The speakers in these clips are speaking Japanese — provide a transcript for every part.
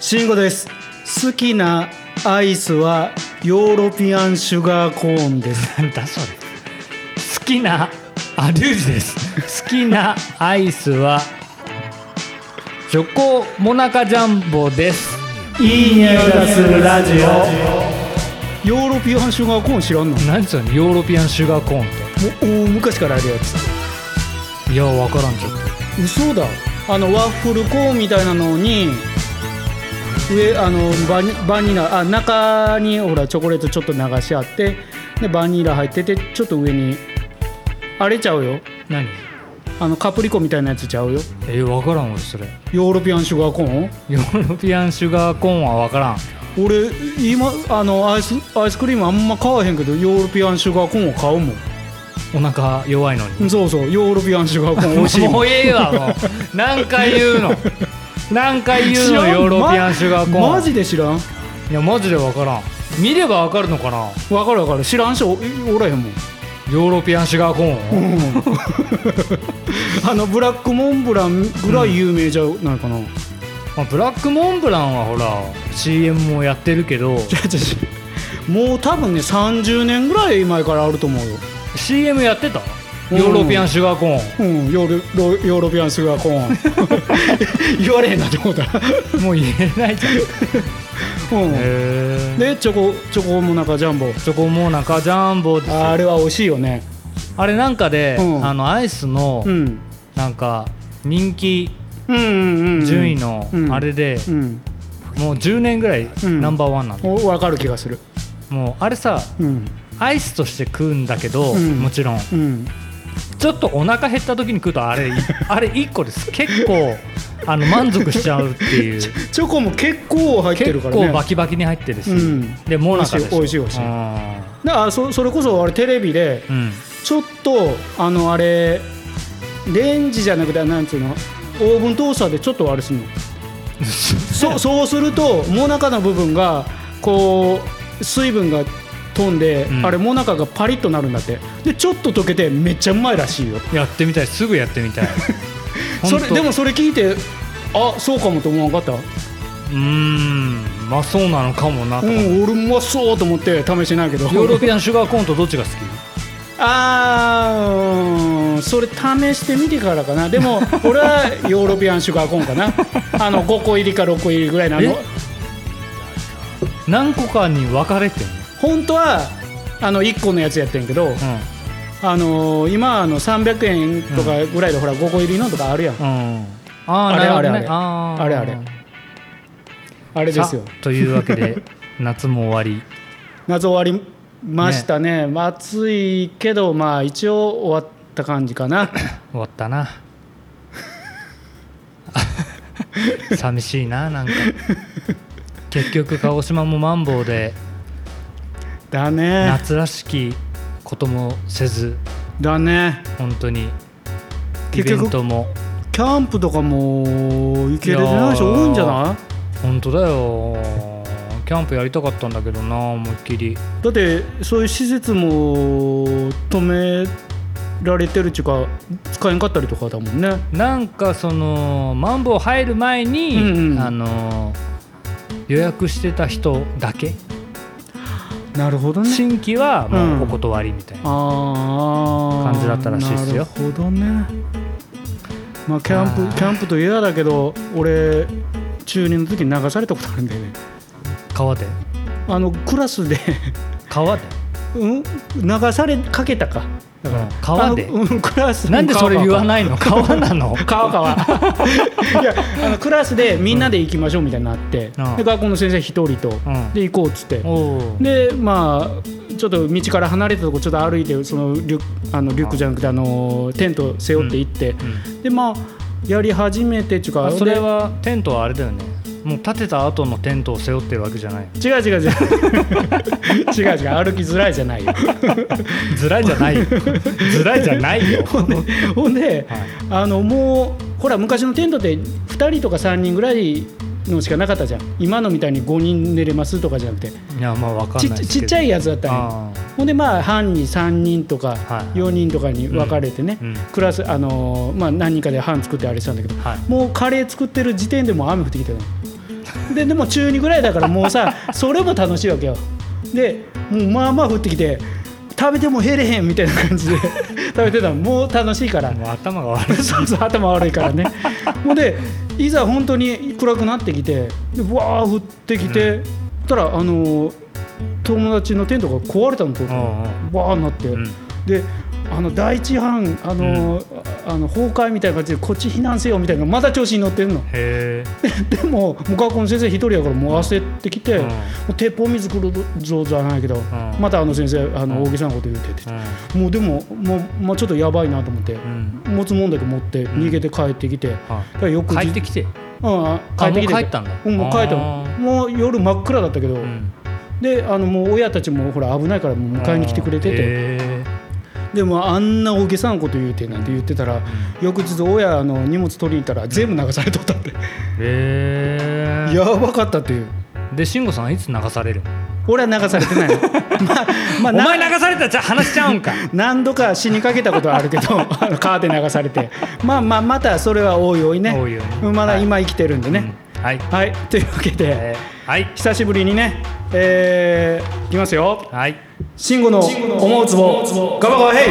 慎吾です好きなアイスはヨーロピアンシュガーコーンですなんだそれ好きなあリュウジです好きなアイスはチョコモナカジャンボですいい匂いがするラジオヨーロピアンシュガーコーン知らんのも何それヨーロピアンシュガーコーンっう大昔からあるやつていやわからんけど嘘だあのワッフルコーンみたいなのに上あのバニバニラあ中にほらチョコレートちょっと流しあってでバニラ入っててちょっと上にあれちゃうよ何あのカプリコみたいなやつちゃうよえわからん俺それヨーロピアンシュガーコーンヨーロピアンシュガーコーンはわからん俺今あのアイスアイスクリームあんま買わへんけどヨーロピアンシュガーコーンを買うもお腹弱いのにんそうそうヨーロピアンシュガー コーン美味しいももんうええわもう何回言うの何回言う知らのんヨーロピアンシュガーコーンまマジで知らんいやマジでわからん見ればわかるのかなわかるわかる知らん人おおらへ んもんヨーロピアンシュガーコーンをあのブラックモンブランぐらい有名じゃないかな、違うまあブラックモンブランはほら CM もやってる けど違う違うもう多分ね30年ぐらい前からあると思うよ、 CM やってたうんヨーロピアンシュガーコーンうん、ヨーロヨーロピアンスガーコーン 言われへんなって思った、 もう言えない じゃんへうん、えでチョコチョコモナカジャンボチョコモナカジャンボですああれは美味しいよねれなんかで、うんあのアイスのうんなんか人気うんうんうんうん順位のうんあれで、うんもう10年ぐらいんナンバーワンなんだ、お分かる気がするもうあれさうんアイスとして食うんだけど、うんもちろんうんちょっとお腹減った時に食うと あれあれ1個です結構あの満足しちゃうってい うチョコも結構入って結るからね構バキバキに入ってるし、うんでモナカでしょ美味しい美味しい美味しいうんだからそそれこそあれテレビでうんちょっとあのあれレンジじゃなくてなんつうのオーブントースターでちょっとあれ するのそそうするともなかの部分がこう水分が飛んで、うんあれもなかがパリッとなるんだってでちょっと溶けてめっちゃうまいらしいよやってみたいすぐやってみたい それほんとでもそれ聞いてあそうかもと思わなかったうーんまあそうなのかもなとうか、ん、俺もそうと思って試してないけどヨーロピアンシュガーコーンとどっちが好きあーうんそれ試してみてからかなで も俺はヨーロピアンシュガーコーンかなあの5個入りか6個入りぐらいなあのえ何個かに分かれてんの、本当はあの1個のやつやってんけど、あのー今あの300円とかぐらいで、ほら5個入りのとかあるやんうんうん、ああーれなるほどねあれあれあれーあれですよさというわ けで夏も終わり謎終わりましたねまあ暑いけどまあ一応終わった感じかな終わっ たな寂しいななんか結局鹿児島もマンボウでだね夏らしきこともせずだね本当にイ結ベ局ントもキャンプとかも行けれてない人いやー多いんじゃない本当だよキャンプやりたかったんだけどな思いっきりだってそういう施設も止められてるっていうか使えんかったりとかだもんねなんかそのマンボウ入る前に、うんうんあの予約してた人だけなるほど新規はうもんうお断りみたいな、ああ感じだったらしいっすなよるほどねまあキャンあプーキャンプといえばだけど俺中二の時に流されたことあるんだよね川であのクラスで 川でうん流されかけたかだからうん川であうんクラスのなんでそれ言わないの川 なの川川いやあのクラスでみんなで行きましょうみたいになって、うんで学校の先生1人と、んで行こうっつっておおでまあちょっと道から離れたとこちょっと歩いてそのリュックあのリュックじゃなくてあのテント背負って行って、でまあやり始めてっていうかあそれではテントはあれだよねもう建てた後のテントを背負ってるわけじゃない違う違う違う 違う違う歩きづらいじゃないよずらいじ ゃないよずらいじゃないよ、ほんでほんで、はいあのもうほら昔のテントって2人とか3人ぐらいのしかなかったじゃん今のみたいに5人寝れますとかじゃなくていやまあわかちっんなちゃいですけちどっちゃいやつだったんよあほんでまあ班に3人とかはいはい4人とかに分かれてね、うんうんクラス、あのーまあ、何人かで班作ってあれしたんだけど、はいもうカレー作ってる時点でもう雨降ってきてたの ででも中2ぐらいだからもうさそれも楽しいわけよでもうまあまあ降ってきて食べても減れへんみたいな感じで 食べてたのもう楽しいからもう頭が悪い そうそう頭悪い からねほんでいざ本当に暗くなってきてでわあ降ってきて、そしたらあのー友達のテントが壊れたのとうんうんわあなって、うんであの第一班あのー、あの崩壊みたいな感じでこっち避難せよみたいなまだ調子に乗ってるのへでももう学校の先生一人やからもう焦ってきて、うんもう鉄砲水来るぞじゃないけど、んまたあの先生あのうん大げさなこと言ってて、えもうでももう、まあ、ちょっとやばいなと思って、うんうん持つもんだけ持って逃げて帰ってきて、はだからよくい帰ってきてうん、帰あってもうき帰てったんだうんもう帰ったあのーもう夜真っ暗だったけど、うんであのもう親たちもほら危ないからもう迎えに来てくれてて、へえでもあんな大げさなこと言うてなんて言ってたら、翌日親の荷物取りに行ったら全部流されとったって、へえやばかったっていうで慎吾さんはいつ流される俺は流されてない のまあ、おまあ、前な流されたらじゃあ話しち ゃうんか何度か死にかけたことはあるけ どあの川で流されてまあまあまたそれはおいおいねおいおいうんまだ今生きてるんでね、うんはいはいというわけで、えーはい久しぶりにねえー、いきますよはい慎吾の思うつぼガバガバヘイ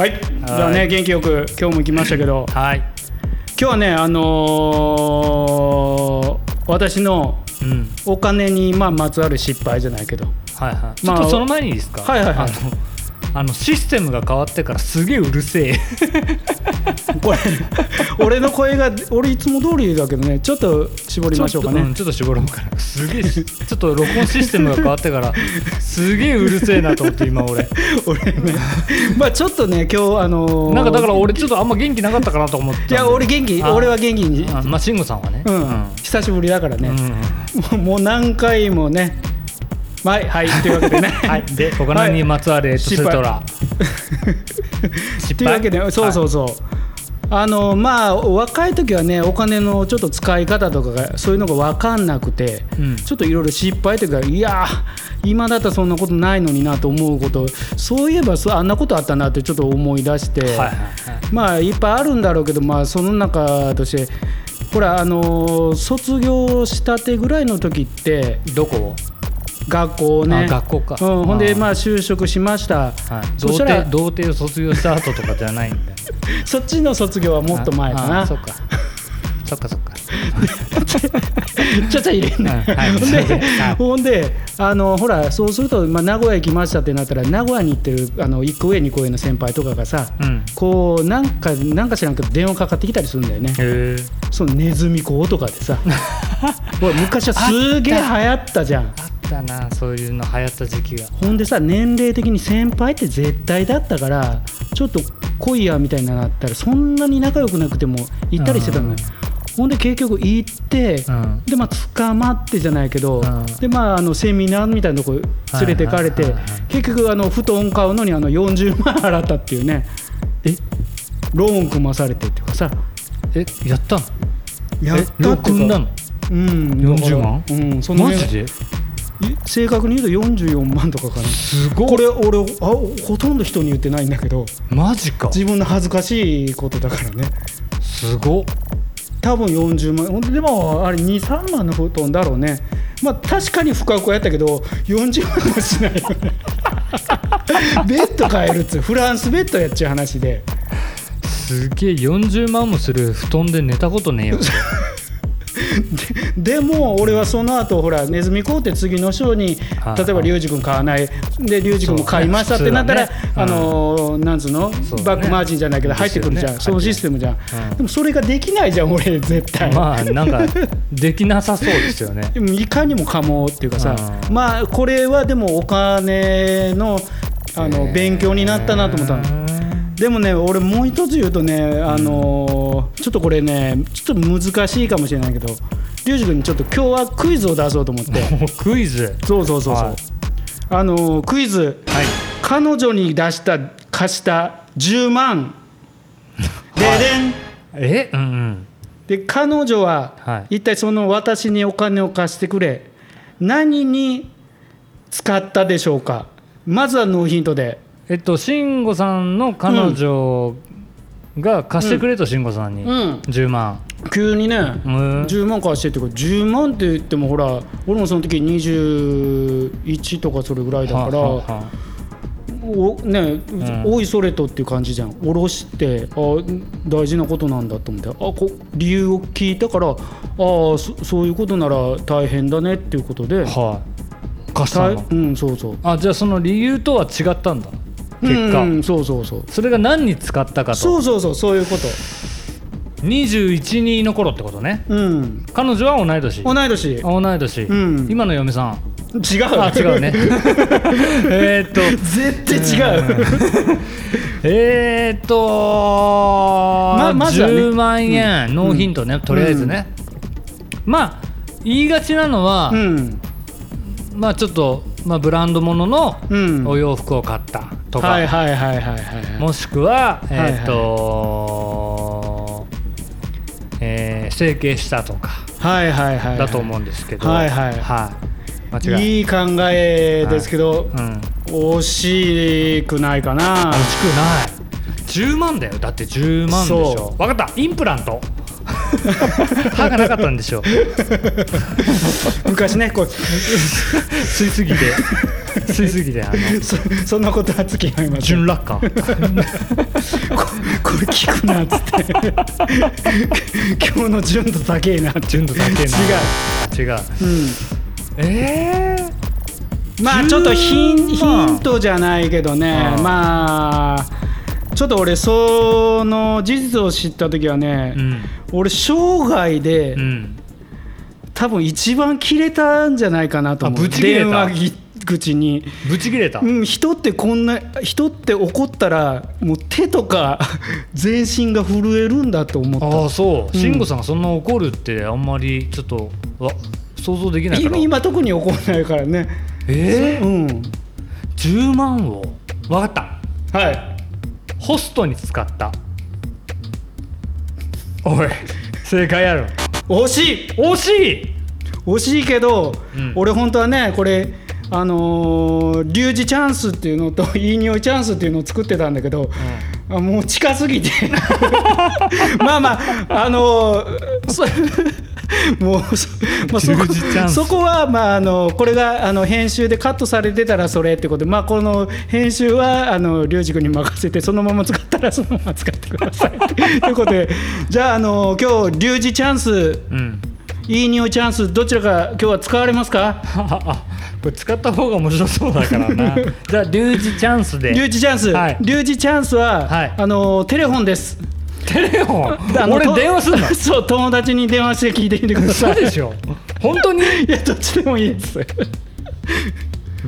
はいじゃあね元気よく今日も行きましたけどはい今日はねあのー私のうんお金にまあまつわる失敗じゃないけどはいはいちょまあっとその前にいいですかはいはいはいあのあのシステムが変わってからすげえうるせえ これ俺の声が俺いつも通りだけどねちょっと絞りましょうかちょっとんねちょっと絞ろうかなすげえしちょっと録音システムが変わってからすげえうるせえなと思って 今俺 俺ねまあちょっとね今日あのーなんかだから俺ちょっとあんま元気なかったかなと思ってたんいでや俺元気あ俺は元気にあまあ慎吾さんはねうん、久しぶりだからね、うんうんもうもう何回もねはいはいというわけでね はいでお金にまつわるエトセトラ 失敗というわけでそうそうそう、あのまあ若い時はねお金のちょっと使い方とかがそういうのが分かんなくて、うんちょっといろいろ失敗というかいやー今だったらそんなことないのになと思うことそういえばそうあんなことあったなってちょっと思い出して、はいはいまあいっぱいあるんだろうけど、まあ、その中としてほらあのー卒業したてぐらいの時ってはいどこを学校ねあ学校かうん、ほんであーまあ就職しました、はいそ童したら貞童貞を卒業した後とかじゃないんだよそっちの卒業はもっと前かあなあそっかそっかそっか ちゃちゃ入れんな、うんはいほんすいませんではい ほんであのほらそうすると、まあ、名古屋行きましたってなったら名古屋に行ってるあの1個上2個上の先輩とかがさ、うんこうなんかなんか知らんけど電話かかってきたりするんだよねへえそのネズミ講とかでさ ほら昔はすげえ流行ったじゃんあったなそういうの流行った時期がほんでさ年齢的に先輩って絶対だったからちょっと来いやみたいになったらそんなに仲良くなくても行ったりしてたのよ、うんほんで結局行って、うんでまあ捕まってじゃないけど、うんでまああのセミナーみたいなとこ連れてかれて、はいはいはいはい結局あの布団買うのにあの40万払ったっていうねえローン組まされてっていうかさえやったのやったえって組んだかのうん40万うんそのマ辺ジでい正確に言うと44万とかかなすごいこれ俺あほとんど人に言ってないんだけどマジか自分の恥ずかしいことだからねすごっ多分40万ほんででもあれ23万の布団だろうねまあ確かに不可抗やったけど40万もしないよね ベッド買えるっつうフランスベッドやっちゅう話ですげえ40万もする布団で寝たことねえ よでも俺はその後ほらネズミ買うて次の章にはい例えばリュウジ君買わないでリュウジ君も買いましたっそうてねなったら、普あ通はねのーなんつうのそうねバックマージンじゃないけど入ってくるじゃん、ですそよねのシステムじゃん、うんでもそれができないじゃん俺絶対、まあなんかできなさそうですよねでもいかにもかもっていうかさうまあこれはでもお金のあの勉強になったなと思ったの。でもね俺もう一つ言うとね、あのーちょっとこれねちょっと難しいかもしれないけどリュウジ君にちょっと今日はクイズを出そうと思ってもうクイズそうそうそうそう、はいあのークイズはい彼女に出した貸した10万 でえうんうんでんで彼女はは一体その私にお金を貸してくれ何に使ったでしょうかまずはノーヒントでえっと慎吾さんの彼女が貸してくれと慎吾さんにうん10万急にねうん10万貸してっていうか10万って言ってもほら俺もその時21とかそれぐらいだからはあはあはおね、んおいそれとっていう感じじゃん下ろしてあ大事なことなんだと思ってあこ理由を聞いたからああそそういうことなら大変だねっていうことであはい貸した大のうんそうそうあじゃあその理由とは違ったんだ結果、うん、そうそうそうそれが何に使ったかそとうそうそうそういうこと21人の頃ってことねうん彼女は同い年同い年違う同い年、うん今の嫁さんああ違うね えーっと絶対違うえーっと、ままずはね10万円、ノーヒントね、とりあえずね、まあ言いがちなのは、うんまあちょっと、まあ、ブランドもののうんお洋服を買ったとか、はいはいはいはいはいもしくはえはいーっと、えー整形したとかはいはいはいはいだと思うんですけど、はいはいはい間違いいい考えですけど、うん、惜し惜しくないかなくない10万だよだって10万でしそょ分かったインプラント歯がなかったんでしょ 昔ねこう吸いすぎて吸いすぎてあのそそんなことはつき合いました純楽観ここれ聞くなっつって今日の純度高えなって純度高えな違う違ううんえー、まあちょっとヒン10ヒ万ントじゃないけどねうんまあちょっと俺その事実を知った時はね、うん俺生涯で、うん多分一番切れたんじゃないかなと思あうブチ切れた電話ぎ口に、ブチ切れた、うん、人ってこんな人って怒ったらもう手とか 全身が震えるんだと思あっあそううん慎吾さんがそんな怒るってあんまりちょっとわ想像できたないから今今特に怒らないからねえー、うん10万を分かったはいホストに使ったおい正解やろ惜しい惜しい惜しいけど、うん俺本当はねこれあのー、リュウジチャンスっていうのと いい匂いチャンスっていうのを作ってたんだけど、あもう近すぎて まあまああのーそ もうそ,、まあ、そリュウジチャこンスそこは、まあ、あのこれがあの編集でカットされてたらそれってことで、まあ、この編集はあのリュウジ君に任せてそのまま使ったらそのまま使ってくださいということで じゃあ、あの今日リュウジチャンスうん いい匂いチャンスどちらか今日は使われますかああこれ使った方が面白そうだから なじゃあリュウジチャンスでリュウジチャンス、はいリュウジチャンスは、はいあのテレフォンですテレフあォンの俺と電話するの そう友達に電話して聞いてみてくださ 嘘いでしょ本当にいやどっちでもいいです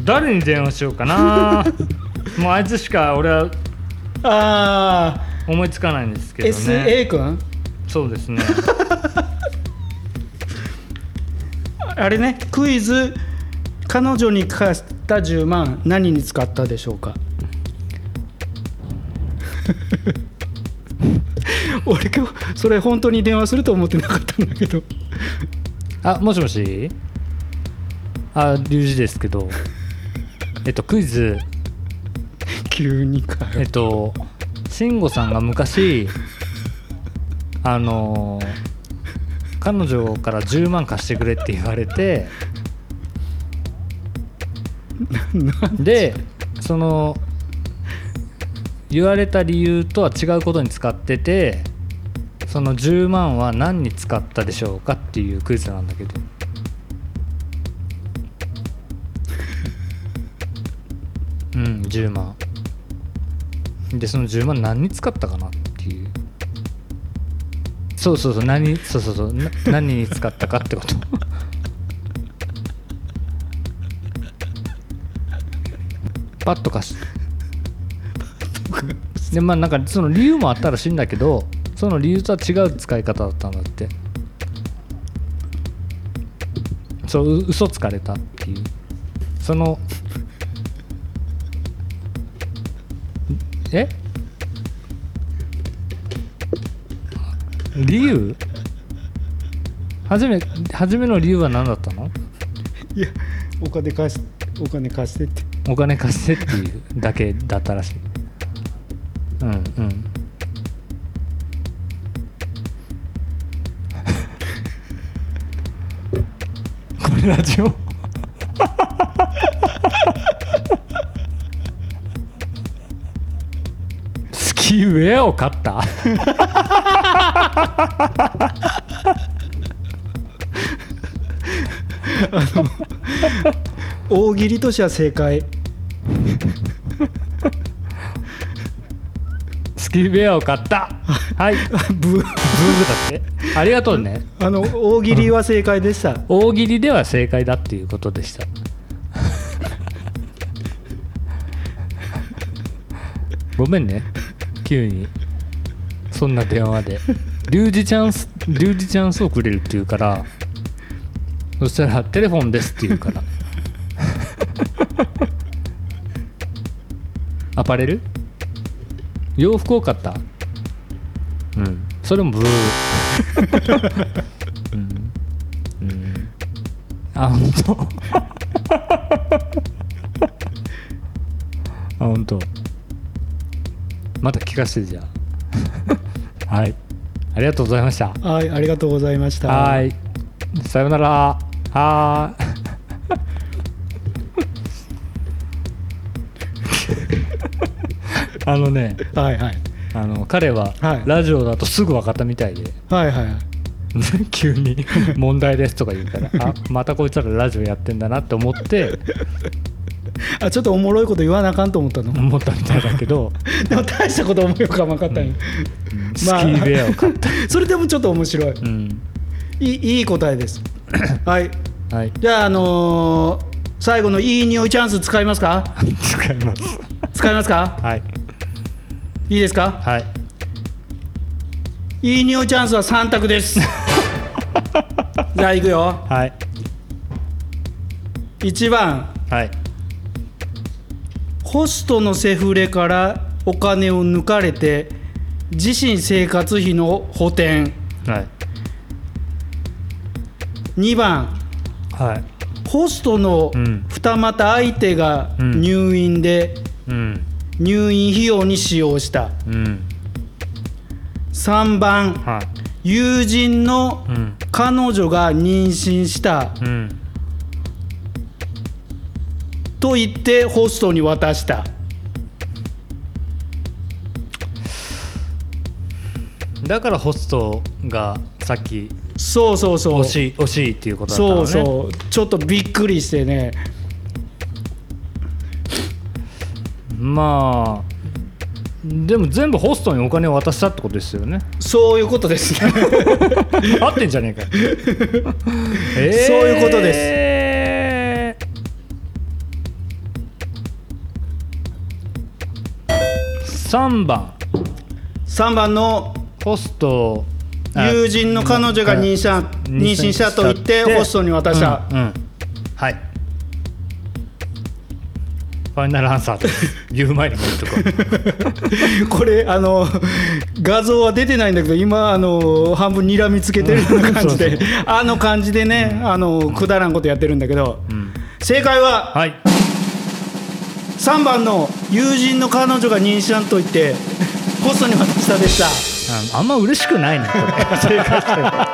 誰に電話しようか なもうあいつしか俺はああ、思いつかないんですけどね SA 君そうですねあれねクイズ彼女に貸した10万何に使ったでしょ うか俺今日それ本当に電話すると思ってなかったんだけど あもしもしあリュウジですけどえっとクイズ急にかよえっと慎吾さんが昔あの彼女から10万貸してくれって言われてでその言われた理由とは違うことに使っててその10万は何に使ったでしょうかっていうクイズなんだけどうん10万でその10万何に使ったかなっていうそうそうそう何そうそうそう な何に使ったかってことパッと貸しでまあなんかその理由もあったらしいんだけどその理由とは違う使い方だったんだってそうう嘘つかれたっていうそのえ理由初め初めの理由は何だったのいやお金貸しお金貸してってお金貸してっていうだけだったらしい うんうんラジオ スキーウェアを買った大喜利としては正解スキーウェアを買ったはいブーブーブだってありがとうねあの大喜利は正解でした大喜利では正解だっていうことでしたごめんね急にそんな電話でリュウジチャンスリュウジチャンスをくれるって言うからそしたら「テレフォンです」って言うからアパレル洋服多かったうんそれもブー、うんうん、あ本当あ本当また聞かせてじゃあはいありがとうございましたはいありがとうございましたはいさようならはーいあのねはいはいあの彼ははいラジオだとすぐ分かったみたいで、 はいはい急に「問題です」とか言うからあまたこいつらラジオやってんだなって思ってあちょっとおもろいこと言わなあかんと思ったの、思ったみたいだ けど、でも大したこと思い浮かばなかったんよ、スキーウェアを買った、 それでもちょっと面白いうんいいいい答えですはいはいじゃああのー最後のいい匂いチャンス使いますか使います使いますかはいいいですかはいいい匂いチャンスは3択です じゃあいくよはい1番はいホストのセフレからお金を抜かれて自身生活費の補填はい2番はいホストのうん二股相手がうん入院でうん入院費用に使用したうん3番はい友人のうん彼女が妊娠したうんと言ってホストに渡しただからホストがさっきそうそうそう惜しい惜しいっていうことだったのそねうそうちょっとびっくりしてねまあでも全部ホストにお金を渡したってことですよねそういうことですね 合ってんじゃねえか、えそういうことですす3番3番のホストあ友人の彼女が妊娠した妊娠したと言ってホストに渡した、うんうんはいファイナルアンサーです言う前にも言っとこ これあの画像は出てないんだけど今あの半分にらみつけてるような感じで、 うんそうあの感じでね、あのくだらんことやってるんだけど、う、うん、正解ははい3番の友人の彼女が妊娠したと言ってホストに渡したでしたああんま嬉しくな いねこれ正解したら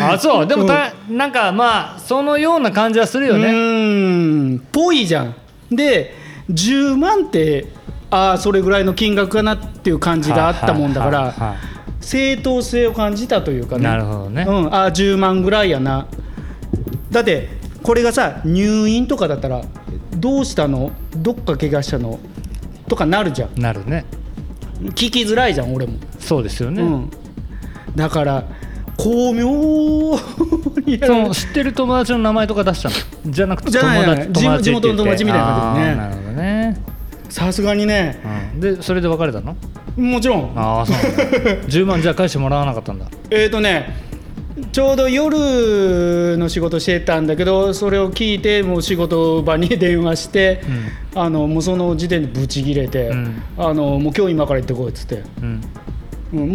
あそうでもた、なんかまあそのような感じはするようねーんぽいじゃんで10万ってああそれぐらいの金額かなっていう感じがあったもんだかはいはいらはいは正当性を感じたというかいねなるほどね、うん、ああ10万ぐらいやなだってこれがさ入院とかだったらどうしたのどっか怪我したのとかなるじゃんなるね聞きづらいじゃん俺も、そうですよね、うん、だから巧妙にやそるの知ってる友達の名前とか出したのじゃなくてじ友ゃない達じ友達地って元言っての友達みたいな感じだよねあーなるほどね、さすがにねうん、でそれで別れたのもちろんああそうなんだ 10万じゃあ返してもらわなかったんだえーとねちょうど夜の仕事してたんだけどそれを聞いてもう仕事場に電話して、あのもうその時点でブチギレて、うんあのもう今日今から行ってこいっつって、うんうん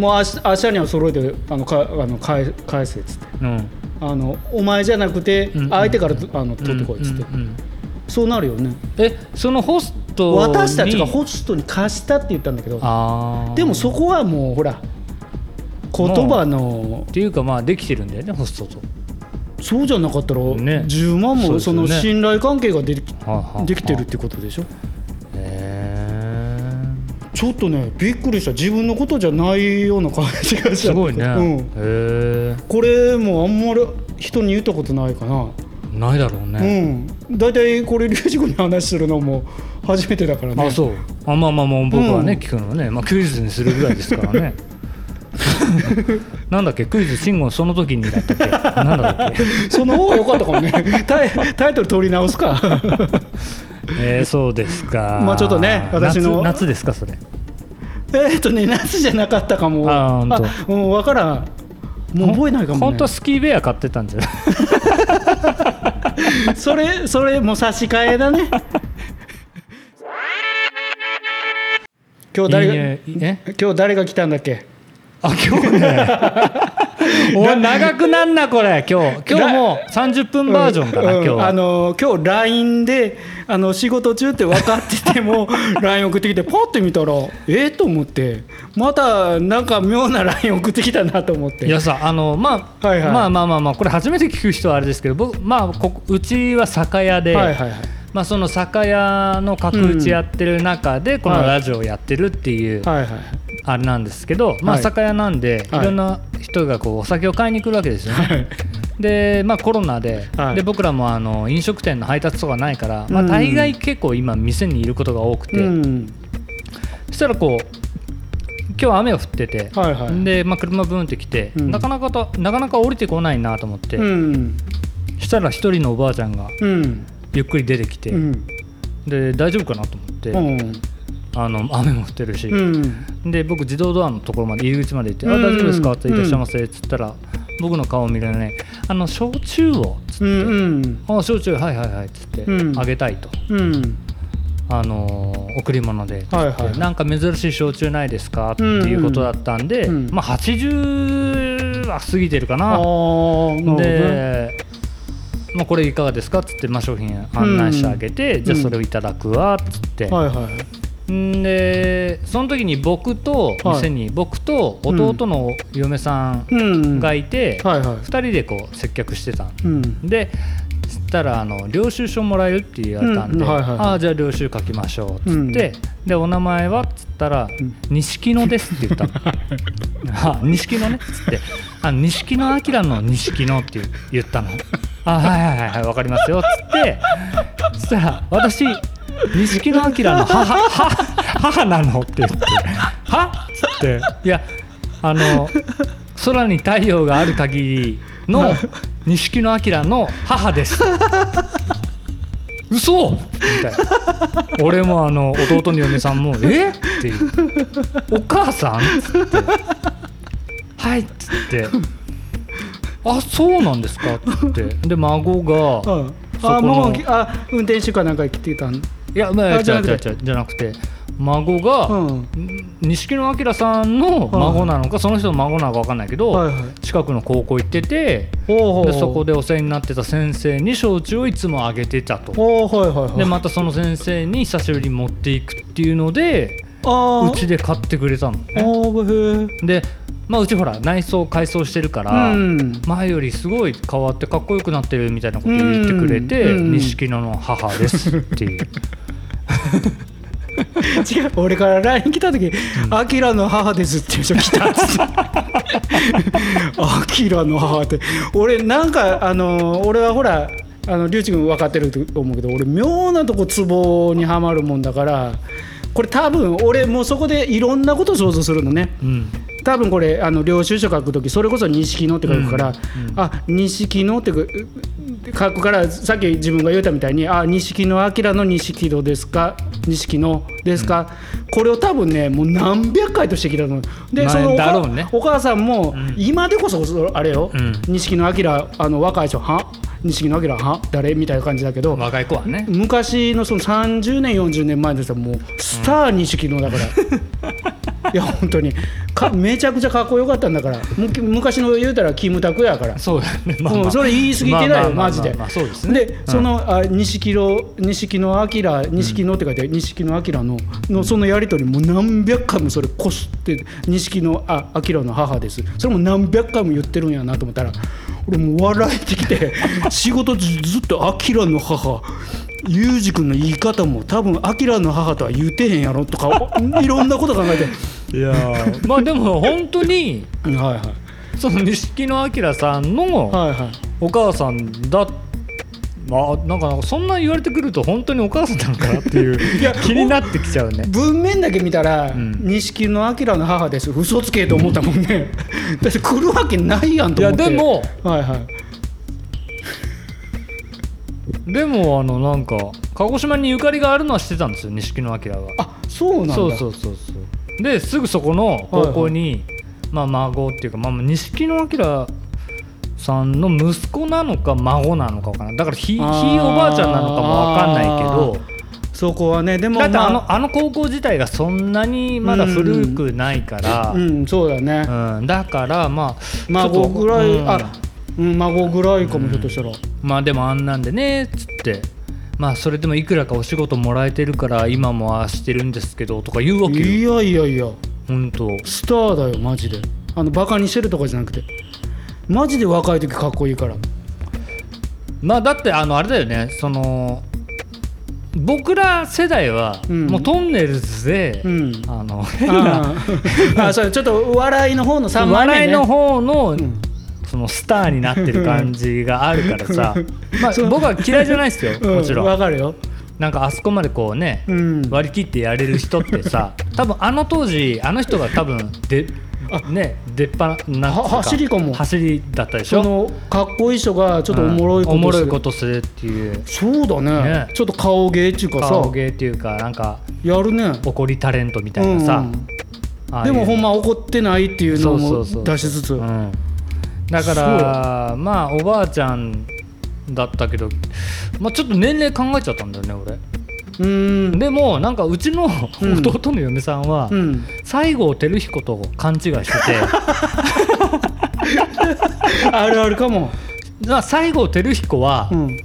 もう明日明日には揃えてあのかあの返返せっつってうんあのお前じゃなくてうん相手からとあの取ってこいっつって、うんうんうんそうなるよねえそのホストに私たちがホストに貸したって言ったんだけどあーでもそこはもうほら言葉のっていうかまあできてるんだよねホストと。そうじゃなかったらね10万そうもですそよねの信頼関係ができはあはあはあできてるってことでしょへえちょっとねびっくりした自分のことじゃないような感じがしちゃすってごいね。うん、へこれもあんまり人に言ったことないかな、えないだろうね。うん大体これ龍二君に話するのも初めてだからねあそうあまあまあまあ僕はね、うん聞くのはね、まあ、クイズにするぐらいですからね なんだっけクイズ慎吾その時にだったっけなんだっけ、その方が良かったか もねタイタイトル取り直すかえー、そうですかまあちょっとね私の夏夏ですかそれえーっとね夏じゃなかったかもあーほんとうん、分からんもう覚えないかも、ね、本当はスキーウェア買ってたんじゃない それそれもう差し替えだ ね今日誰がいいね今日誰が来たんだっけあ今日 ねおい長くなんなこれ今日今日もう30分バージョンかな、うん今日はあの今日 LINE であの仕事中って分かってても LINE 送ってきてポッて見たらえー、と思ってまたなんか妙な LINE 送ってきたなと思っていやさあのまあ、はいはいまあまあまあまあこれ初めて聞く人はあれですけど僕まあここうちは酒屋で、はいはいはいまあ、その酒屋の角打ちやってる中でこのラジオやってるっていうはいはいあれなんですけど、まあ、はい酒屋なんでいはいろんな人がこうお酒を買いに来るわけですよね。はいでまあ、コロナで,、はいで僕らもあの飲食店の配達とかないから、まあ、うん大概結構今店にいることが多くて、うんそしたらこう今日雨が降ってて、はいはいでまあ、車ブーンって来て、うんなかなかとなかなか降りてこないなと思って、うんそしたら一人のおばあちゃんがうんゆっくり出てきて、うんで大丈夫かなと思って、うんあの雨も降ってるし、うんで僕自動ドアのところまで入り口まで行って「うんあ大丈夫ですか?」って「いらっしゃいませ」っつったら、僕の顔を見られない「あの焼酎を」っつって「うんあ焼酎はいはいはい」っつって「うんあげたいと」うんあのー贈り物で」はいはいでなんか珍しい焼酎ないですか?」っていうことだったんで、うんうんまあ、80は過ぎてるかあな。ーなるほどねでまあ、これいかがですかっつって、まあ、商品案内してあげて、んじゃあそれをいただくわっつって、はいはいんでその時に僕とはい店に、僕と弟の嫁さんうんがいて、はいはい2人でこう接客してたん うんでそしたらあの領収書もらえるって言われたんで、うんはいはいああじゃあ領収書きましょうっつって、でお名前はっつったらうん「錦、野です」って言ったのあ錦野ねっつって「あ錦野明の錦野」って言ったの「あはいはいはいはいわかりますよ」っつってそしたら私錦野明の母母母なのって言って「は?」っつって「いやあの空に太陽がある限りの錦野明の母です」嘘みたいな俺もあの弟の嫁さ んも「えっ?」ていう「お母さん?」っつって「はい」っつって「あそうなんですか」っつってで孫がうんそこあのもうあ運転手かなんか来てたんいやまああじじゃゃじゃなくてじゃじゃなくて孫が、うん錦野明さんの孫なのかその人の孫なのか分かんないけど、はいはい近くの高校行っててほうほでうそこでお世話になってた先生に焼酎をいつもあげてたと。ほうはいはいはいでまたその先生に久しぶりに持っていくっていうのであうちで買ってくれたのあねーへえで、まあ、うちほら内装改装してるから、うん前よりすごい変わってかっこよくなってるみたいなこと言ってくれてうん錦野の母ですって いう違う俺から LINE 来た時「アキラの母です」っていう人来 たっつって「アキラの母」って俺なんかあの俺はほらあのリュウチ君分かってると思うけど俺妙なとこツボにはまるもんだからこれ多分俺もうそこでいろんなこと想像するのねうん多分これあの領収書書く時それこそ錦野って書くから、うんうんあ錦野って書く書くからさっき自分が言ったみたいに「あ錦野明の錦野ですか錦野ですか、これを多分ねもう何百回としてきたのでまあそのおだかろうねお母さんも、ん今でこそそあれようん錦野明あの若い人は錦野明は誰みたいな感じだけど、若い子はね昔のその30年40年前の人はもうスター錦野だから、いや本当にかめちゃくちゃかっこよかったんだからむ昔の言うたらキムタクやからそうだね、まあうんそれ言い過ぎてないよマジでまあそうですねでそのあ錦野錦野明錦野って書いてある錦野明ののそのやり取りも何百回もそれこすって錦野あ明の母ですそれも何百回も言ってるんやなと思ったら俺もう笑えてき て仕事ずずっと明の母ユージ君の言い方も多分明の母とは言うてへんやろとかおいろんなこと考えていやーまあでも本当にうんはいはいその錦野明さんの はいはいお母さんだまあなんかそんな言われてくると本当にお母さんなのかなっていう いや気になってきちゃうね文面だけ見たらん錦野明の母です嘘つけと思ったもんね だって来るわけないやんと思っていやでもはいはいでもあのなんか鹿児島にゆかりがあるのは知ってたんですよ錦野明はあそうなんだそうそうそうそうですぐそこの高校に、まあ孫っていうかまあまあ錦野明さんの息子なのか孫なのかわからないだからひひいおあーばあちゃんなのかもわかんないけどそこはねでもだってあまのあの高校自体がそんなにまだ古くないから、あううんんそうだね、だからまあ孫ぐらい、ちょっとうんあ、うん、孫ぐらいかもひょっとしたら、まあでもあんなんでねっつってまあそれでもいくらかお仕事もらえてるから今もああしてるんですけどとか言うわけよいやいやいや本当スターだよマジであのバカにしてるとかじゃなくてマジで若い時かっこいいからまあだってあのあれだよねその僕ら世代はうんもうトンネルズで、うんあの変な あーあそうちょっと笑いの方の3枚目、ね、笑いの方の、んそのスターになってる感じがあるからさまあそう僕は嫌いじゃないですようんもちろわんかるよなんかあそこまでこうね、うん割り切ってやれる人って さ多分あの当時あの人が多分であね出っ放なは走りかも走りだったでしそょのかっこいい人がちょっとおもろいこうんおもとろすいることするっていうそうだねねちょっと顔芸っていうかさ顔芸っていうかなんかやるね怒りタレントみたいなさ、うんうんああいでうもほんま怒ってないっていうのも出しつつうんだからまあおばあちゃんだったけど、まあ、ちょっと年齢考えちゃったんだよねう俺、んでもなんかうちのうん弟の嫁さんは、うん西郷輝彦と勘違いしてて あるあるかもまあ西郷輝彦は、うん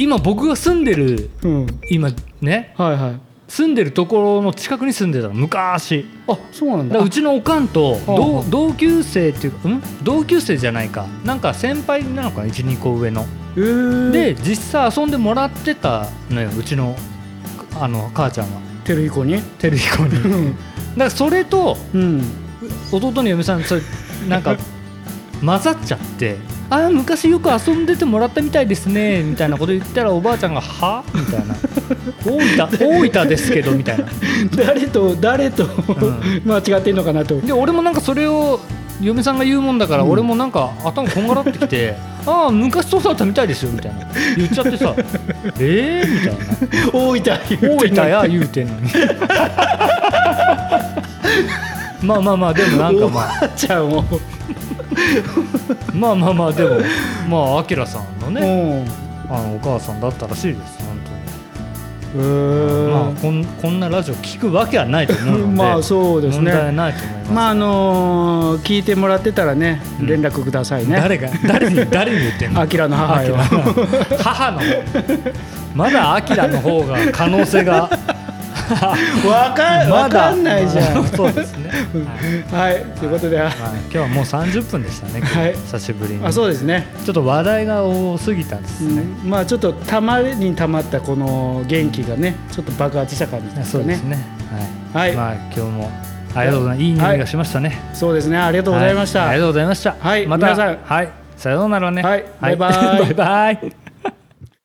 今僕が住んでるうん今ねはいはい住んでるところの近くに住んでたの昔あそうなんだだからうちのおかんとは同あ同級生っていうか、うん、同級生じゃないかなんか先輩なのかな12個上のえーで実際遊んでもらってたのようちのあの母ちゃんは照彦に照彦 にだかうんらそれとうん弟の嫁さんそれなんか 混ざっちゃって「ああ昔よく遊んでてもらったみたいですね」みたいなこと言ったらおばあちゃんが「は?」みたいな「大分大分ですけど」みたいな誰と誰とん 間違ってんのかなとで俺もなんかそれを嫁さんが言うもんだから、うん俺もなんか頭こんがらってきて「ああ昔そうだったみたいですよ」みたいな言っちゃってさ「ええみたいな。大分言うて大ん分のにや言うて んのにまあまあまあでもなんかおまば ああちゃんをまあまあまあでもまああさんのうねんあのお母さんだったらしいです本え当に、まあーこんこんなラジオ聞くわけはないと思うのでまあそうですね問題ないと思います、まああのー聞いてもらってたらね連絡くださいね、誰が誰に誰に言ってんのアキラの母よアキラの母のまだアキラの方が可能性が わかん わまだ。かんないじゃん そうですね、はい はい、ということで、あはい今日はもう30分でしたね、はい久しぶりにあそうですね。ちょっと話題が多すぎたんですうね。ん、まあちょっとたまりにたまったこの元気がね、ちょっと爆発した感じですそうかでね。すね。はいまあ今日もありがとうございます。いい匂いがしましたね。そうですね。ありがとうはございました。ありがとうございました。はいまた皆さんはい。さようならね。 はいバイバイバイバイ。